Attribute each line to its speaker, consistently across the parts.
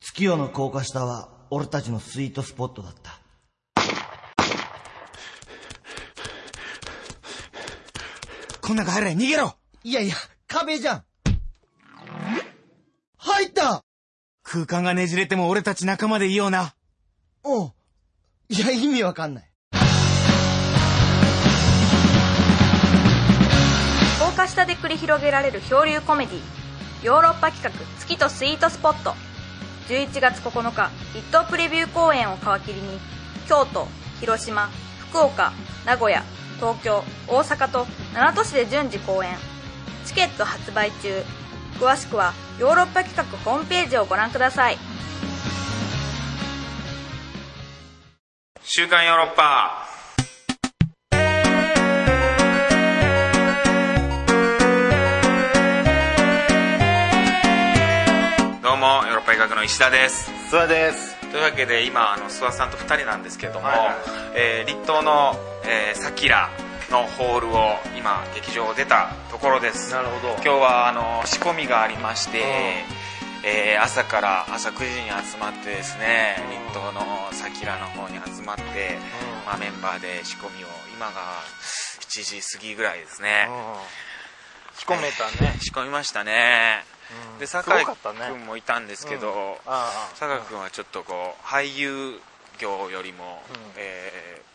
Speaker 1: 月夜の高架下は俺たちのスイートスポットだった
Speaker 2: こんな入れ逃げろ
Speaker 1: いやいや壁じゃん入った
Speaker 2: 空間がねじれても俺たち仲間でいような。
Speaker 1: おういや意味わかんない
Speaker 3: 高架下で繰り広げられる漂流コメディヨーロッパ企画「月とスイートスポット」11月9日一等プレビュー公演を皮切りに京都広島福岡名古屋東京大阪と7都市で順次公演チケット発売中詳しくはヨーロッパ企画ホームページをご覧ください
Speaker 4: 週刊ヨーロッパどうもヨーロッパ医学の石田です
Speaker 5: 諏訪です
Speaker 4: というわけで今あの諏訪さんと2人なんですけども、
Speaker 5: はいはい
Speaker 4: えー立東の、えー、サキラのホールを今劇場を出たところです
Speaker 5: なるほど
Speaker 4: 今日はあの仕込みがありまして、えー朝から朝9時に集まってですね立東のさきらの方に集まって、
Speaker 5: うん
Speaker 4: まあ、メンバーで仕込みを今が7時過ぎぐらいですね
Speaker 5: 仕込めたね
Speaker 4: 仕込みましたね、
Speaker 5: うん
Speaker 4: です
Speaker 5: ご
Speaker 4: 酒井
Speaker 5: かったね
Speaker 4: 君もいたんですけど、
Speaker 5: あ
Speaker 4: 佐賀君はちょっとこう俳優業よりも、えー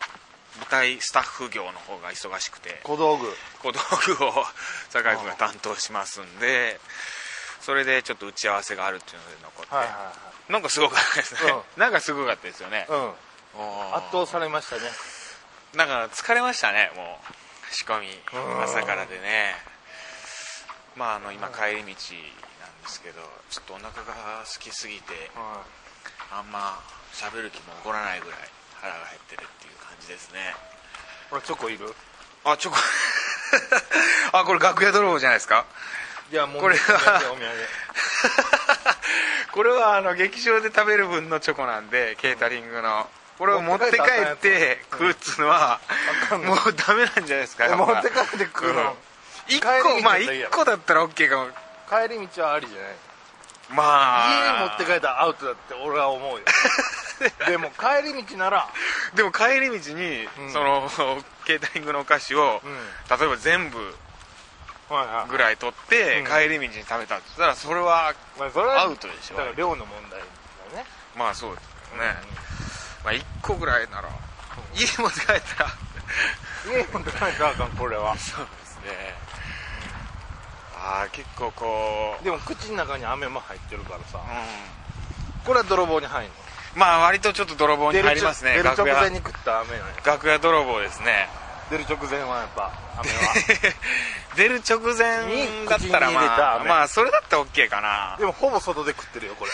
Speaker 4: 舞台スタッフ業の方が忙しくて
Speaker 5: 小道具
Speaker 4: 小道具を佐賀君が担当しますんでそれでちょっと打ち合わせがあるっていうので残って、
Speaker 5: はいはい
Speaker 4: なんかすごかったですね、なんかすごかったですよね、
Speaker 5: はいうん
Speaker 4: おー
Speaker 5: 圧倒されましたね
Speaker 4: なんか疲れましたねもう仕込み
Speaker 5: うん
Speaker 4: 朝からでねまああの今帰り道なんですけどちょっとお腹が空きすぎて
Speaker 5: は
Speaker 4: あんま喋る気も起こらないぐらい腹が減ってるっていう感じですね
Speaker 5: いほらチョコいる
Speaker 4: あチョコ あこれ楽屋泥棒じゃないですか
Speaker 5: いやもう
Speaker 4: これは
Speaker 5: お土産お土産
Speaker 4: これはあの劇場で食べる分のチョコなんでケータリングのこれを持って帰って食うっつうのは
Speaker 5: うん
Speaker 4: もうダメなんじゃないですかやっぱ
Speaker 5: 持って帰ってくるの
Speaker 4: 一
Speaker 5: 帰
Speaker 4: 個
Speaker 5: り道
Speaker 4: まあ
Speaker 5: だったらいい
Speaker 4: 一
Speaker 5: やろ
Speaker 4: 個だったら OK かも
Speaker 5: 帰り道はありじゃない
Speaker 4: まあ
Speaker 5: 家に持って帰ったらアウトだって俺は思うよ でも帰り道なら
Speaker 4: でも帰り道に、
Speaker 5: うん
Speaker 4: そのケータリングのお菓子を、
Speaker 5: うん
Speaker 4: 例えば全部
Speaker 5: はいは
Speaker 4: ぐらい取って、
Speaker 5: うん
Speaker 4: 帰り道に食べたって言ったらそれは
Speaker 5: まあそれは
Speaker 4: アウトでしょ
Speaker 5: だから量の問題だね
Speaker 4: まあそうですよね、まあ1個ぐらいなら家持って帰ったら
Speaker 5: 家に持って帰ったらあかんこれは
Speaker 4: そうですねああ結構こう、
Speaker 5: でも口の中に飴も入ってるからさ
Speaker 4: う
Speaker 5: これは泥棒に入るの
Speaker 4: ん、まあ割とちょっと泥棒に
Speaker 5: 出る
Speaker 4: 入りますね
Speaker 5: 出る直
Speaker 4: 楽
Speaker 5: 前
Speaker 4: 屋
Speaker 5: に食った飴 なんや
Speaker 4: 楽屋泥棒ですね
Speaker 5: 出る直前はやっぱ飴 は
Speaker 4: 出る直前だったら
Speaker 5: に口に入れた
Speaker 4: まあ
Speaker 5: 飴
Speaker 4: まあそれだったら OK かな
Speaker 5: でもほぼ外で食ってる よこれ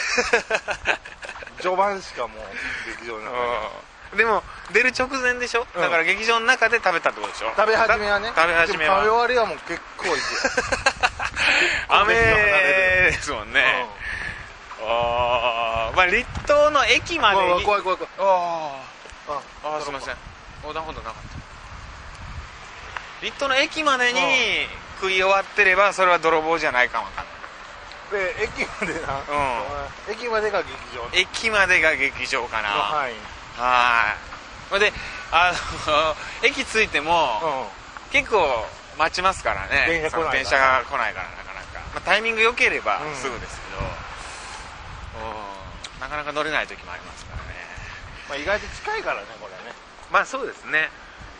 Speaker 5: 序盤しかもう劇場の中に
Speaker 4: うんでも出る直前でしょ、
Speaker 5: うん
Speaker 4: だから劇場の中で食べたってことでしょ
Speaker 5: 食べ始めはね
Speaker 4: だ食べ始め
Speaker 5: でも食べ
Speaker 4: は
Speaker 5: 終わりはもう結構いくよ
Speaker 4: 雨
Speaker 5: 結構劇場離れる
Speaker 4: ですもんね、あーまあ立東の駅ま
Speaker 5: うん
Speaker 4: で
Speaker 5: うわうわ
Speaker 4: に
Speaker 5: 怖い怖い怖い
Speaker 4: あ
Speaker 5: あ
Speaker 4: ーあーすいません横断歩道なかった立東の駅までに
Speaker 5: うん
Speaker 4: 食い終わってればそれは泥棒じゃないかもわかんな
Speaker 5: で駅までな、駅までが劇場の
Speaker 4: い駅までが劇場かなは
Speaker 5: 範囲
Speaker 4: いほいであの 駅着いても、
Speaker 5: う
Speaker 4: 結構待ちますからね
Speaker 5: 電車来ないから
Speaker 4: その電車が来ないからなかなか、まあ、タイミング良ければ
Speaker 5: うん
Speaker 4: すぐですけど、うんなかなか乗れない時もありますからね
Speaker 5: んまあ、意外と近いからねこれね
Speaker 4: まあそうですね、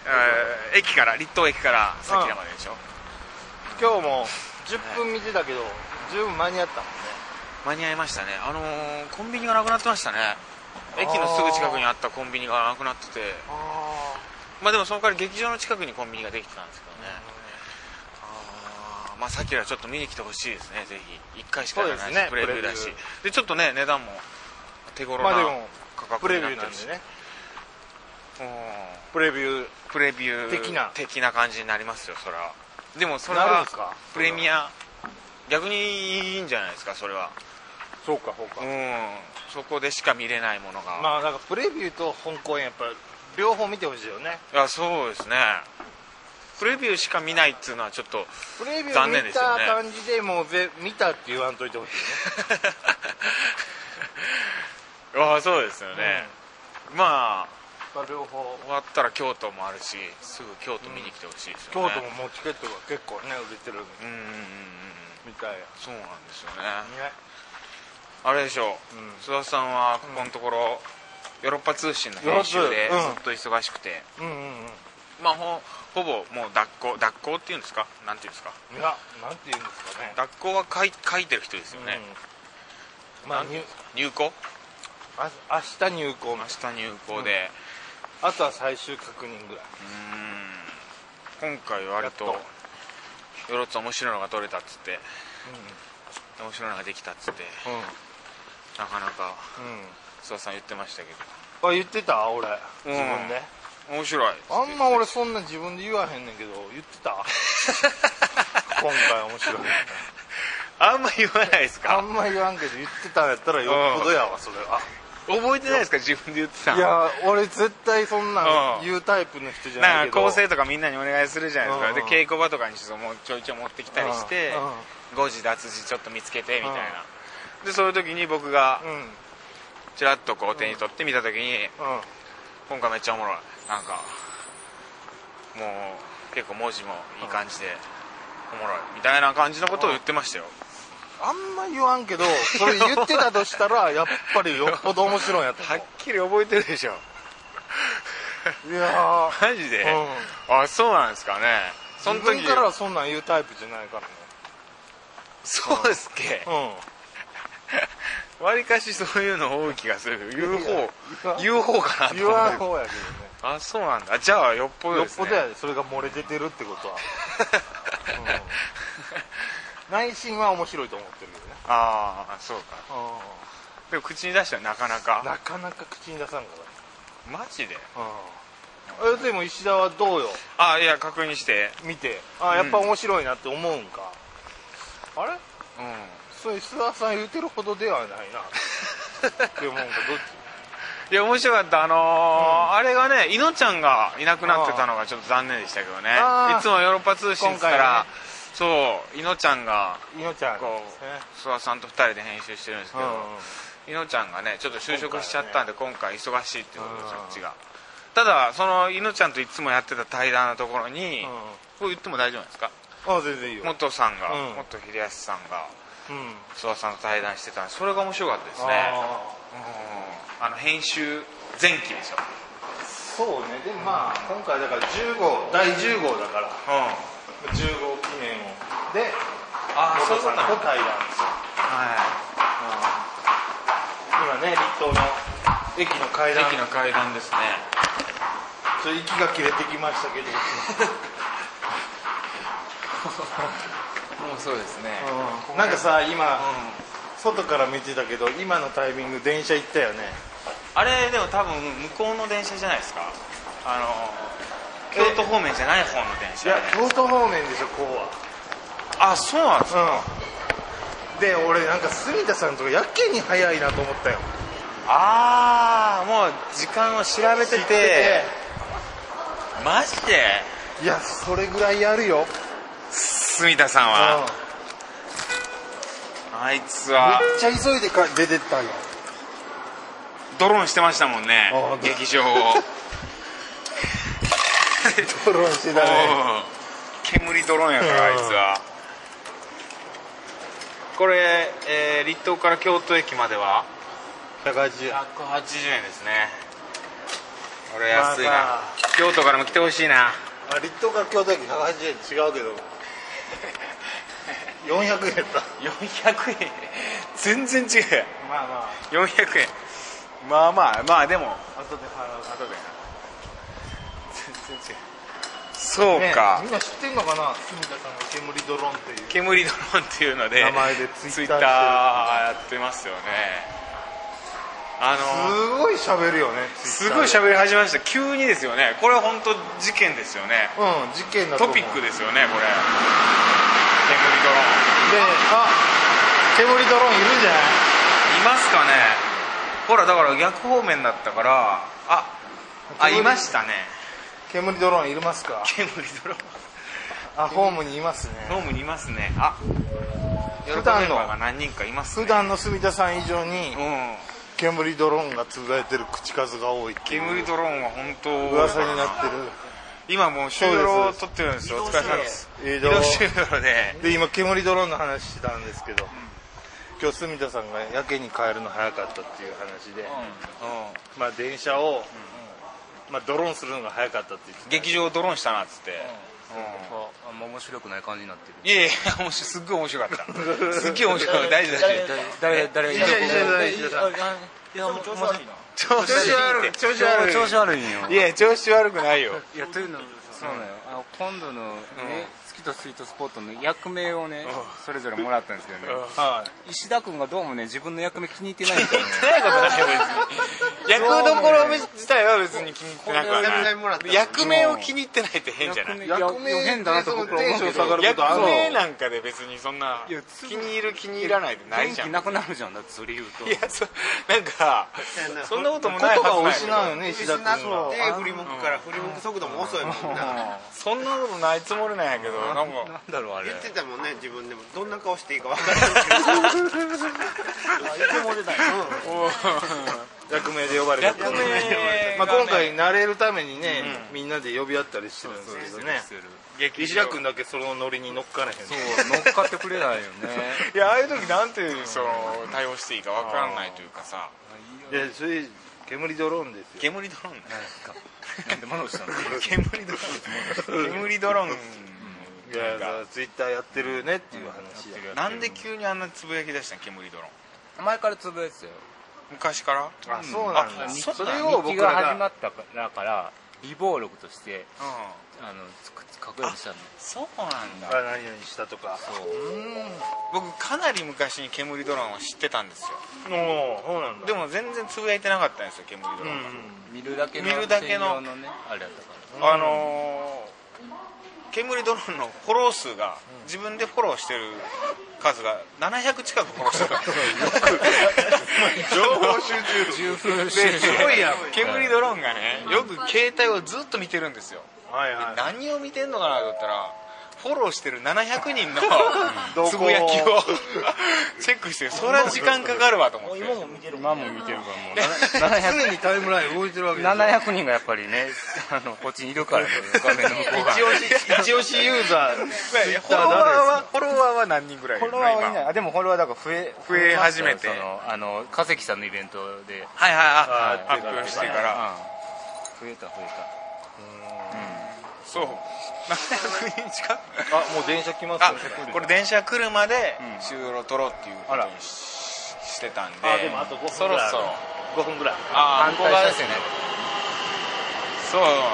Speaker 4: えー駅から立東駅から先田まででしょ、
Speaker 5: 今日も10分見てたけど十分間に合ったもんね
Speaker 4: 間に合いましたねあのーコンビニがなくなってましたね駅のすぐ近くにあったコンビニがなくなってて
Speaker 5: あ
Speaker 4: まあでもその代わり劇場の近くにコンビニができてたんですけどね、あーまあさっきはちょっと見に来てほしいですねぜひ1回しかやらない
Speaker 5: そう
Speaker 4: し、
Speaker 5: ですね
Speaker 4: プレビューだし
Speaker 5: プレビ
Speaker 4: でちょっとね値段も手頃な
Speaker 5: まあでも
Speaker 4: 価格
Speaker 5: プレ
Speaker 4: に
Speaker 5: ビ
Speaker 4: なって
Speaker 5: ューなん
Speaker 4: るし
Speaker 5: でね
Speaker 4: うん
Speaker 5: プレビュー
Speaker 4: プレビュー
Speaker 5: 的な
Speaker 4: 的な感じになりますよそれはでもそれ
Speaker 5: なるん
Speaker 4: は
Speaker 5: ですか
Speaker 4: プレミア逆にいいんじゃないですかそれは
Speaker 5: そうかそうか、
Speaker 4: うんそこでしか見れないものが、
Speaker 5: まあなんかプレビューと本公演やっぱ両方見てほしいよね
Speaker 4: いやそうですねプレビューしか見ないっていうのはちょっと
Speaker 5: プレビュ
Speaker 4: 残念
Speaker 5: ー
Speaker 4: で
Speaker 5: 見
Speaker 4: す
Speaker 5: た
Speaker 4: よね
Speaker 5: 感じでもうぜ見たって言わんといてほしいね
Speaker 4: ああそうですよね、まあ
Speaker 5: まあ両方
Speaker 4: 終わったら京都もあるしすぐ京都見に来てほしいですよ
Speaker 5: 京
Speaker 4: ね、
Speaker 5: 都ももうチケットが結構ね売れてる
Speaker 4: うんうんうんうん
Speaker 5: みたいや
Speaker 4: そうなんですよね
Speaker 5: ね
Speaker 4: あれでしょう、
Speaker 5: うん
Speaker 4: 須田さんはここのところ、ヨーロッパ通信の編集で
Speaker 5: ヨーロ
Speaker 4: ずっと忙しくて、
Speaker 5: うんうんうん
Speaker 4: まあほほぼもう脱稿脱稿っていうんですかなんていうんですか
Speaker 5: いやなんて言うんですかね
Speaker 4: 脱稿は書い書いてる人ですよね、
Speaker 5: うんまあ
Speaker 4: なん
Speaker 5: 入
Speaker 4: 入稿
Speaker 5: あ明日入校
Speaker 4: 明日入稿で
Speaker 5: あとは最終確認ぐらい
Speaker 4: うん今回割と
Speaker 5: やっ
Speaker 4: ヨロッツ面白いのが撮れたっつって
Speaker 5: う
Speaker 4: 面白いのができたっつって
Speaker 5: ん
Speaker 4: なかなか
Speaker 5: うん
Speaker 4: 須田さん言ってましたけ
Speaker 5: あ言ってた俺自分で
Speaker 4: ど面白いっつって
Speaker 5: あんま俺そんな自分で言わへんねんけど言って た今回面白い
Speaker 4: あんま言わないです
Speaker 5: あ
Speaker 4: か
Speaker 5: んま言わんけど言ってたんやったらよっぽどやわそれは
Speaker 4: 覚えてないですか自分で言ってたの
Speaker 5: いや俺絶対そん
Speaker 4: う
Speaker 5: な
Speaker 4: ん
Speaker 5: ん言うタイプの人じゃな
Speaker 4: ないん
Speaker 5: け
Speaker 4: か
Speaker 5: ど
Speaker 4: 構成とかみんなにお願いするじゃないですか、
Speaker 5: うん
Speaker 4: で稽古場とかにちょっともうちょいちょい持ってきたりして、
Speaker 5: うんうん
Speaker 4: 誤字脱字ちょっと見つけてみたいな、でそういう時に僕が
Speaker 5: うんうん
Speaker 4: ちらっとこう手に取って見た時に、今回めっちゃおもろいなんかもう結構文字もいい感じでおもろいみたいな感じのことを言ってましたよ、
Speaker 5: あんま言わんけどそれ言ってたとし たらやっぱりよっぽど面白いんやと
Speaker 4: はっきり覚えてるでしょ
Speaker 5: 思ういや
Speaker 4: マジで、
Speaker 5: ーうん
Speaker 4: あそうなんですかねその
Speaker 5: 自
Speaker 4: 時
Speaker 5: 分からはそんなん言うタイプじゃないからね
Speaker 4: そうですっけ
Speaker 5: う
Speaker 4: わりかしそういうの多い気がする言う方
Speaker 5: いや
Speaker 4: 言う方かなんと
Speaker 5: 言わん
Speaker 4: 思う
Speaker 5: 方やけ
Speaker 4: あそうなんだじゃあよっぽ
Speaker 5: ど
Speaker 4: ど
Speaker 5: ねよっ
Speaker 4: です
Speaker 5: ぽ
Speaker 4: ね
Speaker 5: どやでそれが漏れ出てるって ことは内心は面白いと思ってるけどね
Speaker 4: ああそうかでも口に出したらなかなか
Speaker 5: なかなか口に出さんか
Speaker 4: マジで
Speaker 5: らうんえでも石田はどうよ
Speaker 4: あいや確認して
Speaker 5: 見てあやっぱ面白いなって思うんか、あれ
Speaker 4: うん
Speaker 5: それ石田さん言うてるほど ではないなって思うんかどっち
Speaker 4: いや面白かったあのーあれがねいのちゃんがいなくなってたのがちょっと残念でしたけどね
Speaker 5: あー
Speaker 4: いつもヨーロッパ通信っつったら、
Speaker 5: 今
Speaker 4: そういのちゃんが
Speaker 5: いのちゃん
Speaker 4: こ
Speaker 5: ですね
Speaker 4: う諏訪さんと2人で編集してるんですけど、いのちゃんがねちょっと就職しちゃったんで今回,、忙しいってことで
Speaker 5: うん
Speaker 4: そっちがただそのいのちゃんといつもやってた対談のところに、
Speaker 5: うん、
Speaker 4: こ
Speaker 5: う
Speaker 4: れ言っても大丈夫なんですか
Speaker 5: ん、あ全然いいよ、
Speaker 4: 元さんが、
Speaker 5: うん
Speaker 4: 元秀康さんが
Speaker 5: うん
Speaker 4: 諏訪さんと対談してたんでそれが面白かったですね
Speaker 5: あー
Speaker 4: うんあの編集前期でしょ
Speaker 5: そうねでもまあ今回だから10号第10号だから
Speaker 4: うんあ
Speaker 5: 10号記念をで
Speaker 4: あそういうこと
Speaker 5: さん
Speaker 4: な
Speaker 5: と
Speaker 4: んだ
Speaker 5: 対談ですよ
Speaker 4: は
Speaker 5: 今ね立東の駅の階
Speaker 4: い
Speaker 5: 段
Speaker 4: 前期の階段ですね
Speaker 5: ちょっと息が切れてきました けど
Speaker 4: もうそうですね
Speaker 5: うんなんかさ今、外から見てたけど今のタイミング電車行ったよね
Speaker 4: あれでも多分向こうの電車じゃないですかあの京都方面じゃない方の電
Speaker 5: い
Speaker 4: 車
Speaker 5: や京都方面でしょこ
Speaker 4: あそうなんです
Speaker 5: うはうんで俺なんか住田さんとかやけに早いなと思ったよ
Speaker 4: ああもう時間を調べてて
Speaker 5: 知って
Speaker 4: マジで
Speaker 5: ていやそれぐらいやるよ
Speaker 4: 住田さん
Speaker 5: うん
Speaker 4: はあいつ
Speaker 5: めっ
Speaker 4: は
Speaker 5: ちゃ急いでか出てったよ
Speaker 4: ドローンしてましたもんね
Speaker 5: あ
Speaker 4: 劇 場を
Speaker 5: ドローンしてた ね
Speaker 4: うん煙ドローンやからあ
Speaker 5: う
Speaker 4: い
Speaker 5: ん
Speaker 4: つはこれ、えー、立東から京都駅までは
Speaker 5: 180
Speaker 4: 180円ですねこれ安いな、
Speaker 5: まあまあ
Speaker 4: 京都からも来てほしいな
Speaker 5: あ立東から京都駅180円違う けど400円だ
Speaker 4: 400円全然違う
Speaker 5: まあまあ
Speaker 4: 400円まあまあまあでも
Speaker 5: 後で払
Speaker 4: 後で全然違うそうか、
Speaker 5: みんな知ってんのかな住田さんの煙ドローンっていう
Speaker 4: 煙ドローンっていうので
Speaker 5: 名前でツイッターしてる
Speaker 4: ツやってますよねあの
Speaker 5: すごい喋るよね
Speaker 4: すごい
Speaker 5: る
Speaker 4: 喋り始めました急にですよねこれは本当事件ですよね
Speaker 5: うん事件だ
Speaker 4: ト
Speaker 5: と思う
Speaker 4: ピック
Speaker 5: で
Speaker 4: ですよねこれ煙ドロー
Speaker 5: あ煙ドローンいるんじゃない
Speaker 4: ンいますかねほらだから逆方面だったからああいましたね
Speaker 5: 煙ドローンいりますか
Speaker 4: 煙ドローン
Speaker 5: あホームにいますね
Speaker 4: ホームにいますねあ
Speaker 5: 普
Speaker 4: 喜ぶメ
Speaker 5: 段
Speaker 4: ンバーが
Speaker 5: の
Speaker 4: 何人かいます
Speaker 5: 普
Speaker 4: ね
Speaker 5: 段の住田さん以上に
Speaker 4: うん
Speaker 5: 煙ドローンがつぶやいてる口数が多いっていう
Speaker 4: 煙ドローンは本当
Speaker 5: 噂になって
Speaker 4: 今もう収録を撮ってるんですよお疲れ様です
Speaker 5: る
Speaker 4: 移動収録で
Speaker 5: で今煙ドローンの話してたんですけど今日住田さんがやけに帰るの早かったっていう話で、
Speaker 4: う
Speaker 5: まあ電車を、まあドローンするのが早かったって言って
Speaker 4: ん劇場ドローンしたなっつって
Speaker 6: あんま面白くない感じになってる
Speaker 4: いやいや面白いすっごい面白かった すっげえ面白かった大事だし
Speaker 6: 誰誰
Speaker 5: いやいやいやいや
Speaker 6: いやもうもう
Speaker 4: 調子悪い調子悪い
Speaker 6: 調子悪いんよ
Speaker 4: いや調子悪くないよ
Speaker 6: いやというのもそうなのよあの今度のね月とスイートスポットの役名をねそれぞれもらったんですけどね石田君がどうもね自分の役名気に入ってないんだよね
Speaker 4: ないことない別に役どころ自体は別に気に入ってなくはない役名を気に入ってないって変じゃない
Speaker 6: 役名いや変だなと僕は思うけ
Speaker 5: テンション下が
Speaker 6: ど
Speaker 5: る
Speaker 4: 役名なんかで別にそんない
Speaker 6: やつ
Speaker 4: 気に入る気に入らないってない
Speaker 6: 元
Speaker 4: じゃん
Speaker 6: 気
Speaker 4: い
Speaker 6: なくなるじゃんだってそれ言うと
Speaker 4: やそなんかそんなこともない
Speaker 5: 言葉を
Speaker 4: はず
Speaker 5: 失
Speaker 4: な
Speaker 5: う
Speaker 4: い
Speaker 5: よね石田君が
Speaker 7: 振り向くから振り向く速度も遅いもんな
Speaker 4: そんなことないつもりなんやけどなん
Speaker 6: な
Speaker 4: か
Speaker 6: んだろうあれ
Speaker 7: 言ってたもんね自分でもどんな顔していいか分からない
Speaker 5: 役名で呼ばれ
Speaker 4: 役
Speaker 5: て
Speaker 4: 名がね
Speaker 5: まあ今回慣れるためにね、みんなで呼び合ったりしてるんですけどね
Speaker 4: 劇
Speaker 5: 石田君だけそのノリに乗っかれへん
Speaker 6: そう乗っかってくれないよね
Speaker 4: いやああいう時なんてその対応していいかわからないというかさ
Speaker 5: でそれ煙ドローンですよ
Speaker 4: 煙ドローン
Speaker 6: なんでマロした の
Speaker 4: 煙ドローン煙ドロー
Speaker 5: いやだからツイッターやってるねっていう話
Speaker 4: ンなんで急にあんなつぶやき出したん煙ドローン
Speaker 6: 前からつぶやいてたよ
Speaker 4: 昔から
Speaker 5: あそうなんだ
Speaker 4: あ
Speaker 5: そ
Speaker 4: そう
Speaker 5: れを
Speaker 6: 日記
Speaker 5: 僕
Speaker 6: が
Speaker 5: ら
Speaker 6: 始ま
Speaker 5: が
Speaker 6: ったからから備忘録として
Speaker 4: うん
Speaker 6: あのつく書くようにしたの
Speaker 4: そうなん
Speaker 5: あ
Speaker 4: だ
Speaker 5: 何々したとか
Speaker 4: 僕かなり昔に煙ドローンを知ってたんですよ
Speaker 5: おおそうなんだ
Speaker 4: でも全然つぶやいてなかったんですよ煙ドローンが、
Speaker 6: 見るだけの
Speaker 4: 見るだけ
Speaker 6: 専
Speaker 4: の
Speaker 6: 用のねあれやったか
Speaker 4: あのー煙ドローンのフォロー数が自分でフォローしてる数が700近くフォローしてる情報集中
Speaker 6: ら
Speaker 4: すごいやん煙ドローンがねよく携帯をずっと見てるんですよ
Speaker 5: はいはい
Speaker 4: 何を見てんのかなと思ったらフォローしてる700人
Speaker 5: 動
Speaker 4: の
Speaker 5: 向
Speaker 4: つぶやきを チェックしてそりゃ時間かかるわと思って
Speaker 6: 今も見てるからもう700
Speaker 5: 常にタイムライン動いてるわけですよ
Speaker 6: 700人がやっぱりね あのこっちにいるからね画面の向こうが
Speaker 5: 一押し一押しユーザー
Speaker 4: フォロワーはフォロワーは何人ぐらいい
Speaker 6: フ
Speaker 4: る
Speaker 6: ォ
Speaker 4: の
Speaker 6: ロワーはい
Speaker 4: 今
Speaker 6: ないあでもフォロワーだから増え
Speaker 4: 増え始めて
Speaker 6: そのあの加関さんのイベントで
Speaker 4: はいはい
Speaker 5: あ
Speaker 4: はい発表してから
Speaker 6: うん増えた増え
Speaker 4: そう700人近く
Speaker 5: あもう電車来ます
Speaker 4: あ
Speaker 5: よ
Speaker 4: これ電車来るまで
Speaker 6: うん
Speaker 4: 収録撮ろうっていうこと
Speaker 6: あら
Speaker 4: にししてたんで
Speaker 5: あでもあと5分
Speaker 4: そろそろ
Speaker 5: 5分ぐらい
Speaker 6: た
Speaker 4: あ
Speaker 6: 反
Speaker 4: ここが
Speaker 6: 対車線ね
Speaker 4: そうなんですね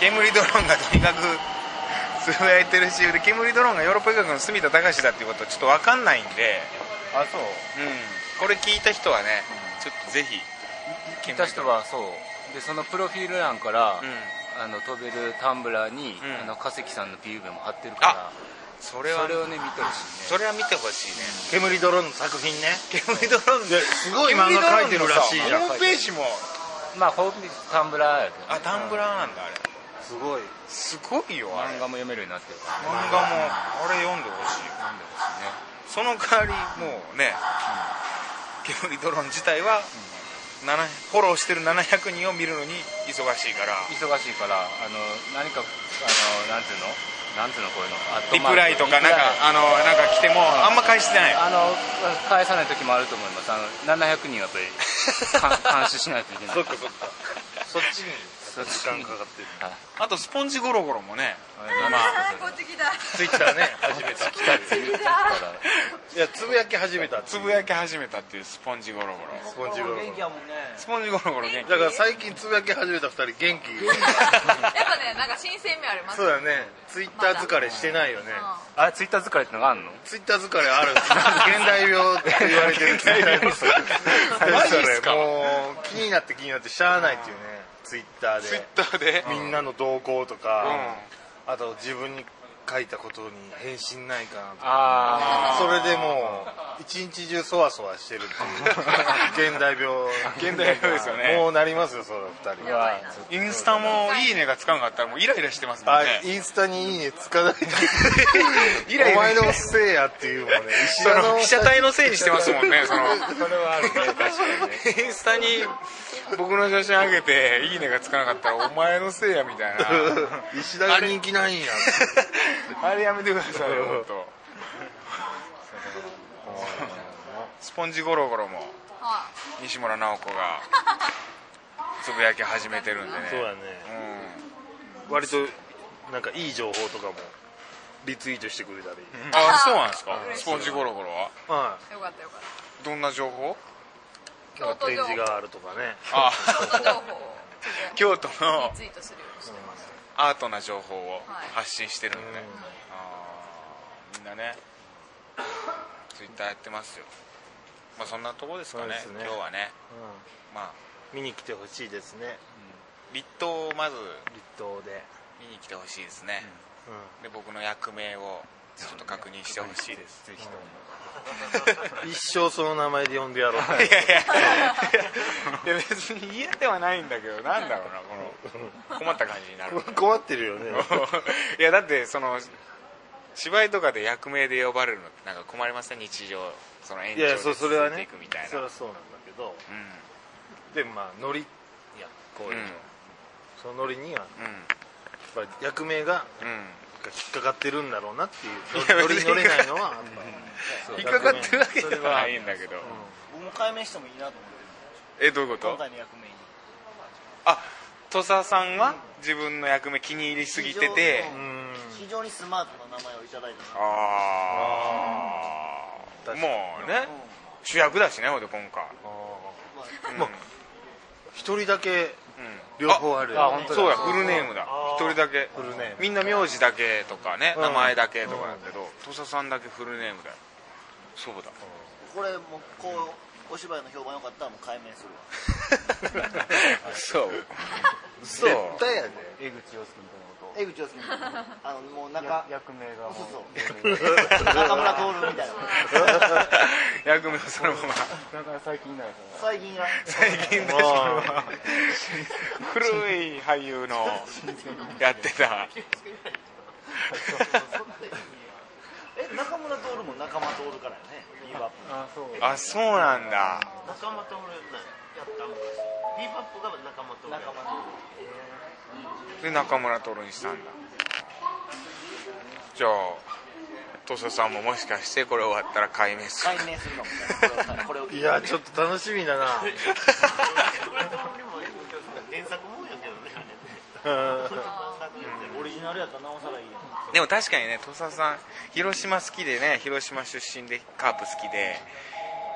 Speaker 4: 煙ドローンがとにかくつぶやいてるしで煙ドローンがヨーロッパ医学の住田隆だっていうことはちょっと分かんないんで、
Speaker 6: あそう
Speaker 4: これ聞いた人はねちょっとぜひ
Speaker 6: 来た人はそうでそのプロフィール欄から、
Speaker 4: うん
Speaker 6: あの飛べるタンブラーに、
Speaker 4: うん
Speaker 6: あの化石さんの PV も貼ってるから
Speaker 4: そ
Speaker 6: そ
Speaker 4: れ
Speaker 6: れ
Speaker 4: は
Speaker 6: をね見てほしい
Speaker 4: そ
Speaker 6: ね
Speaker 4: れは見てほしいね
Speaker 5: 煙ドローンの作品ね
Speaker 4: 煙ドローンです
Speaker 5: ごい漫画描いてるらしいじゃん
Speaker 4: ホームページも
Speaker 6: まあホームページタンブラーやけどね、
Speaker 4: あタンブラーなんだあれ
Speaker 5: すごい
Speaker 4: すごいよあれ
Speaker 6: 漫画も読めるようになってるからね
Speaker 4: 漫画もあれ読んでほしいよ
Speaker 6: 読んでほしいね
Speaker 4: その代わりもうね、煙ドローン自体は、7フォローしてる700人を見るのに忙しいから
Speaker 6: 忙しいからあの何かあのなんていうのなんていうのこういうのアット
Speaker 4: リ
Speaker 6: マーク
Speaker 4: プライとかなん
Speaker 6: リ
Speaker 4: か
Speaker 6: プライ
Speaker 4: あのなんか来てもあんま返してない
Speaker 6: あの返さない時もあると思いますあの700人はやっぱりかん 監視しないといけない
Speaker 5: そっかそっかそっちに
Speaker 6: そっち
Speaker 5: 時間かかってる
Speaker 4: あとスポンジゴロゴロもね
Speaker 6: あ
Speaker 4: まあ
Speaker 3: こっち来た
Speaker 5: ツイッターね始めた いやつぶやき始めた
Speaker 4: つぶやき始めたっていうスポンジゴロゴロ
Speaker 5: スポンジロール
Speaker 4: スポンジゴロゴロ元気
Speaker 5: だから最近つぶやき始めた2人元気
Speaker 8: やっぱねなんか新鮮味あります
Speaker 5: そうだねツイッター疲れしてないよね
Speaker 6: あれツイッター疲れってのがあんの
Speaker 5: ツイッター疲れある現代病って言われてるツイッター
Speaker 4: マジっすか
Speaker 5: もう気になって気になってしゃあないっていうねツイッターで
Speaker 4: ツイッターで
Speaker 5: みんなの動向とか
Speaker 4: う、
Speaker 5: あと自分に書いたことに返信ないかなとか
Speaker 6: あ
Speaker 5: それでもう一日中そわそわしてるっ ていう現代病
Speaker 6: 現代病ですよね
Speaker 5: もうなりますよその二人
Speaker 6: あ
Speaker 5: は
Speaker 6: ちょっ
Speaker 4: インスタも「いいね」がつかんかったらもうイライラしてますもん
Speaker 5: あ
Speaker 4: ね
Speaker 5: インスタに「いいね」つかないで
Speaker 4: イライ
Speaker 5: お
Speaker 4: ラ
Speaker 5: 前のせいやっていうもんね石
Speaker 4: そ
Speaker 5: 田
Speaker 4: の
Speaker 5: の
Speaker 4: 被写体のせいにしてますもんねその
Speaker 6: とそれはあるね確 かにね
Speaker 4: インスタに僕の写真上げて「いいね」がつかなかったら「お前のせいや」みた いな
Speaker 5: 石田が人気ないんや
Speaker 4: あれやめてくださいよ本当スポンジゴロゴロも
Speaker 8: は
Speaker 4: 西村直子がつぶやき始めてるんでね
Speaker 5: そうだね
Speaker 4: うん
Speaker 5: 割となんかいい情報とかもリツイートしてくれたり、
Speaker 4: あそうなんですかスポンジゴロゴロは
Speaker 5: はい
Speaker 8: よかったよかった
Speaker 4: どんな情報
Speaker 8: 京都
Speaker 5: 展
Speaker 8: 情報
Speaker 5: 示があるとかね
Speaker 4: あ
Speaker 8: 京都情報を
Speaker 4: 京都の
Speaker 8: リツイートするようにしてます
Speaker 4: アートな情報を
Speaker 8: はい
Speaker 4: 発信してるんで、あーみんなねツイッターやってますよまあそんなとこですかね
Speaker 5: そうですね
Speaker 4: 今日はねまあ
Speaker 5: 見に来てほしいですね
Speaker 4: 立冬をまず
Speaker 5: 立冬で、
Speaker 4: 見に来てほしいですね、で僕の役名をちょっと確認してほしいですぜひとも
Speaker 5: うん一生その名前で呼んでやろう
Speaker 4: いやいや いや別に嫌ではないんだけどなんだろうなこの困った感じになる
Speaker 5: 困ってるよね
Speaker 4: いやだってその芝居とかで役名で呼ばれるのってなんか困りますね日常その延
Speaker 5: い
Speaker 4: 長
Speaker 5: や
Speaker 4: で
Speaker 5: そ
Speaker 4: 続
Speaker 5: それはい
Speaker 4: てい
Speaker 5: ね
Speaker 4: くみたい
Speaker 5: そ
Speaker 4: な
Speaker 5: れはそうなんだけど
Speaker 4: うん
Speaker 5: でもまあノリやこういうの、
Speaker 4: うん
Speaker 5: そのノリにはやっ
Speaker 4: う
Speaker 5: ぱり役名が
Speaker 4: んうん
Speaker 5: 引っかかってるんだろうなって
Speaker 4: や
Speaker 5: いうノリ
Speaker 4: 別
Speaker 5: に
Speaker 4: に
Speaker 5: 乗れないのはやっぱ
Speaker 4: 引っかかってるわけではないんだけど
Speaker 9: 僕も解明してもいいなと思って
Speaker 4: えどういうこ
Speaker 9: 今
Speaker 4: と
Speaker 9: 回の役目に
Speaker 4: あ土佐さんは自分の役目気に入りすぎてて
Speaker 9: 非常に非常にスマートな名前をいただいたな
Speaker 4: ああもうね主役だしねほんで今回
Speaker 5: まあ一人だけ
Speaker 4: うん
Speaker 5: 両方ある
Speaker 4: あ本当だそうやフルネームだ一人だけ
Speaker 5: フルネーム
Speaker 4: みんな名字だけとかね
Speaker 5: うん
Speaker 4: 名前だけとかだけど土佐さんだけフルネームだよそうだ
Speaker 9: これもうこうお芝居の評判良かったらもう解明するわ
Speaker 4: そうそう
Speaker 5: 絶対やで
Speaker 6: 江口洋介みたいなこと
Speaker 9: 江口洋介みたいなあのもう中
Speaker 6: 役名が
Speaker 9: そうそう
Speaker 6: う
Speaker 9: 中村徹みたいな
Speaker 4: 役目をそのまま
Speaker 6: だから最近いないですよね
Speaker 9: 最近は
Speaker 4: 最近だし古い俳優のやっ てた
Speaker 9: え中村徹も仲間徹からやねビーバップ
Speaker 6: あそう
Speaker 4: あそうなんだ
Speaker 9: 仲間徹やったんですビーバップが仲間徹仲間
Speaker 4: で中村徹にしたんだじゃあ土佐さんももしかしてこれ終わったら解明する
Speaker 9: 徹解明するのもこれを
Speaker 5: いやちょっと楽しみだな
Speaker 9: 原作もんやけどねオリジナルやったらなおさらいいやん
Speaker 4: でも確かにね土佐さん広島好きでね広島出身でカープ好きで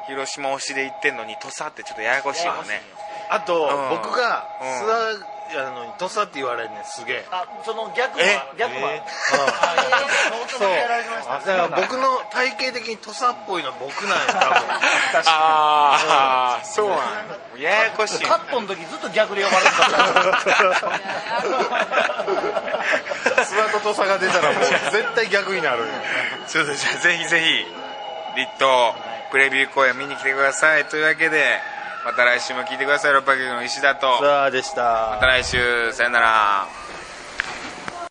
Speaker 4: 広島推しで行ってんのに土佐ってちょっとややこしいよね
Speaker 5: あと
Speaker 4: うん
Speaker 5: 僕が
Speaker 4: う
Speaker 5: 諏
Speaker 4: ん
Speaker 5: 訪やのに土佐って言われるねんすげえ
Speaker 9: あその逆
Speaker 4: え
Speaker 9: は逆は
Speaker 5: そうだから僕の体型的に土佐っぽいのは僕なんや
Speaker 4: ああそうなんだややこしい
Speaker 9: カットの時ずっと逆で呼ばれてたから
Speaker 5: 多 分諏訪と土佐が出たらもう絶対逆にな るよ
Speaker 4: ちょっとじゃあぜひぜひ立冬プレビュー公演見に来てくださいというわけでまた来週も聞いてください六白局の石田と
Speaker 5: さあでした
Speaker 4: また来週さよなら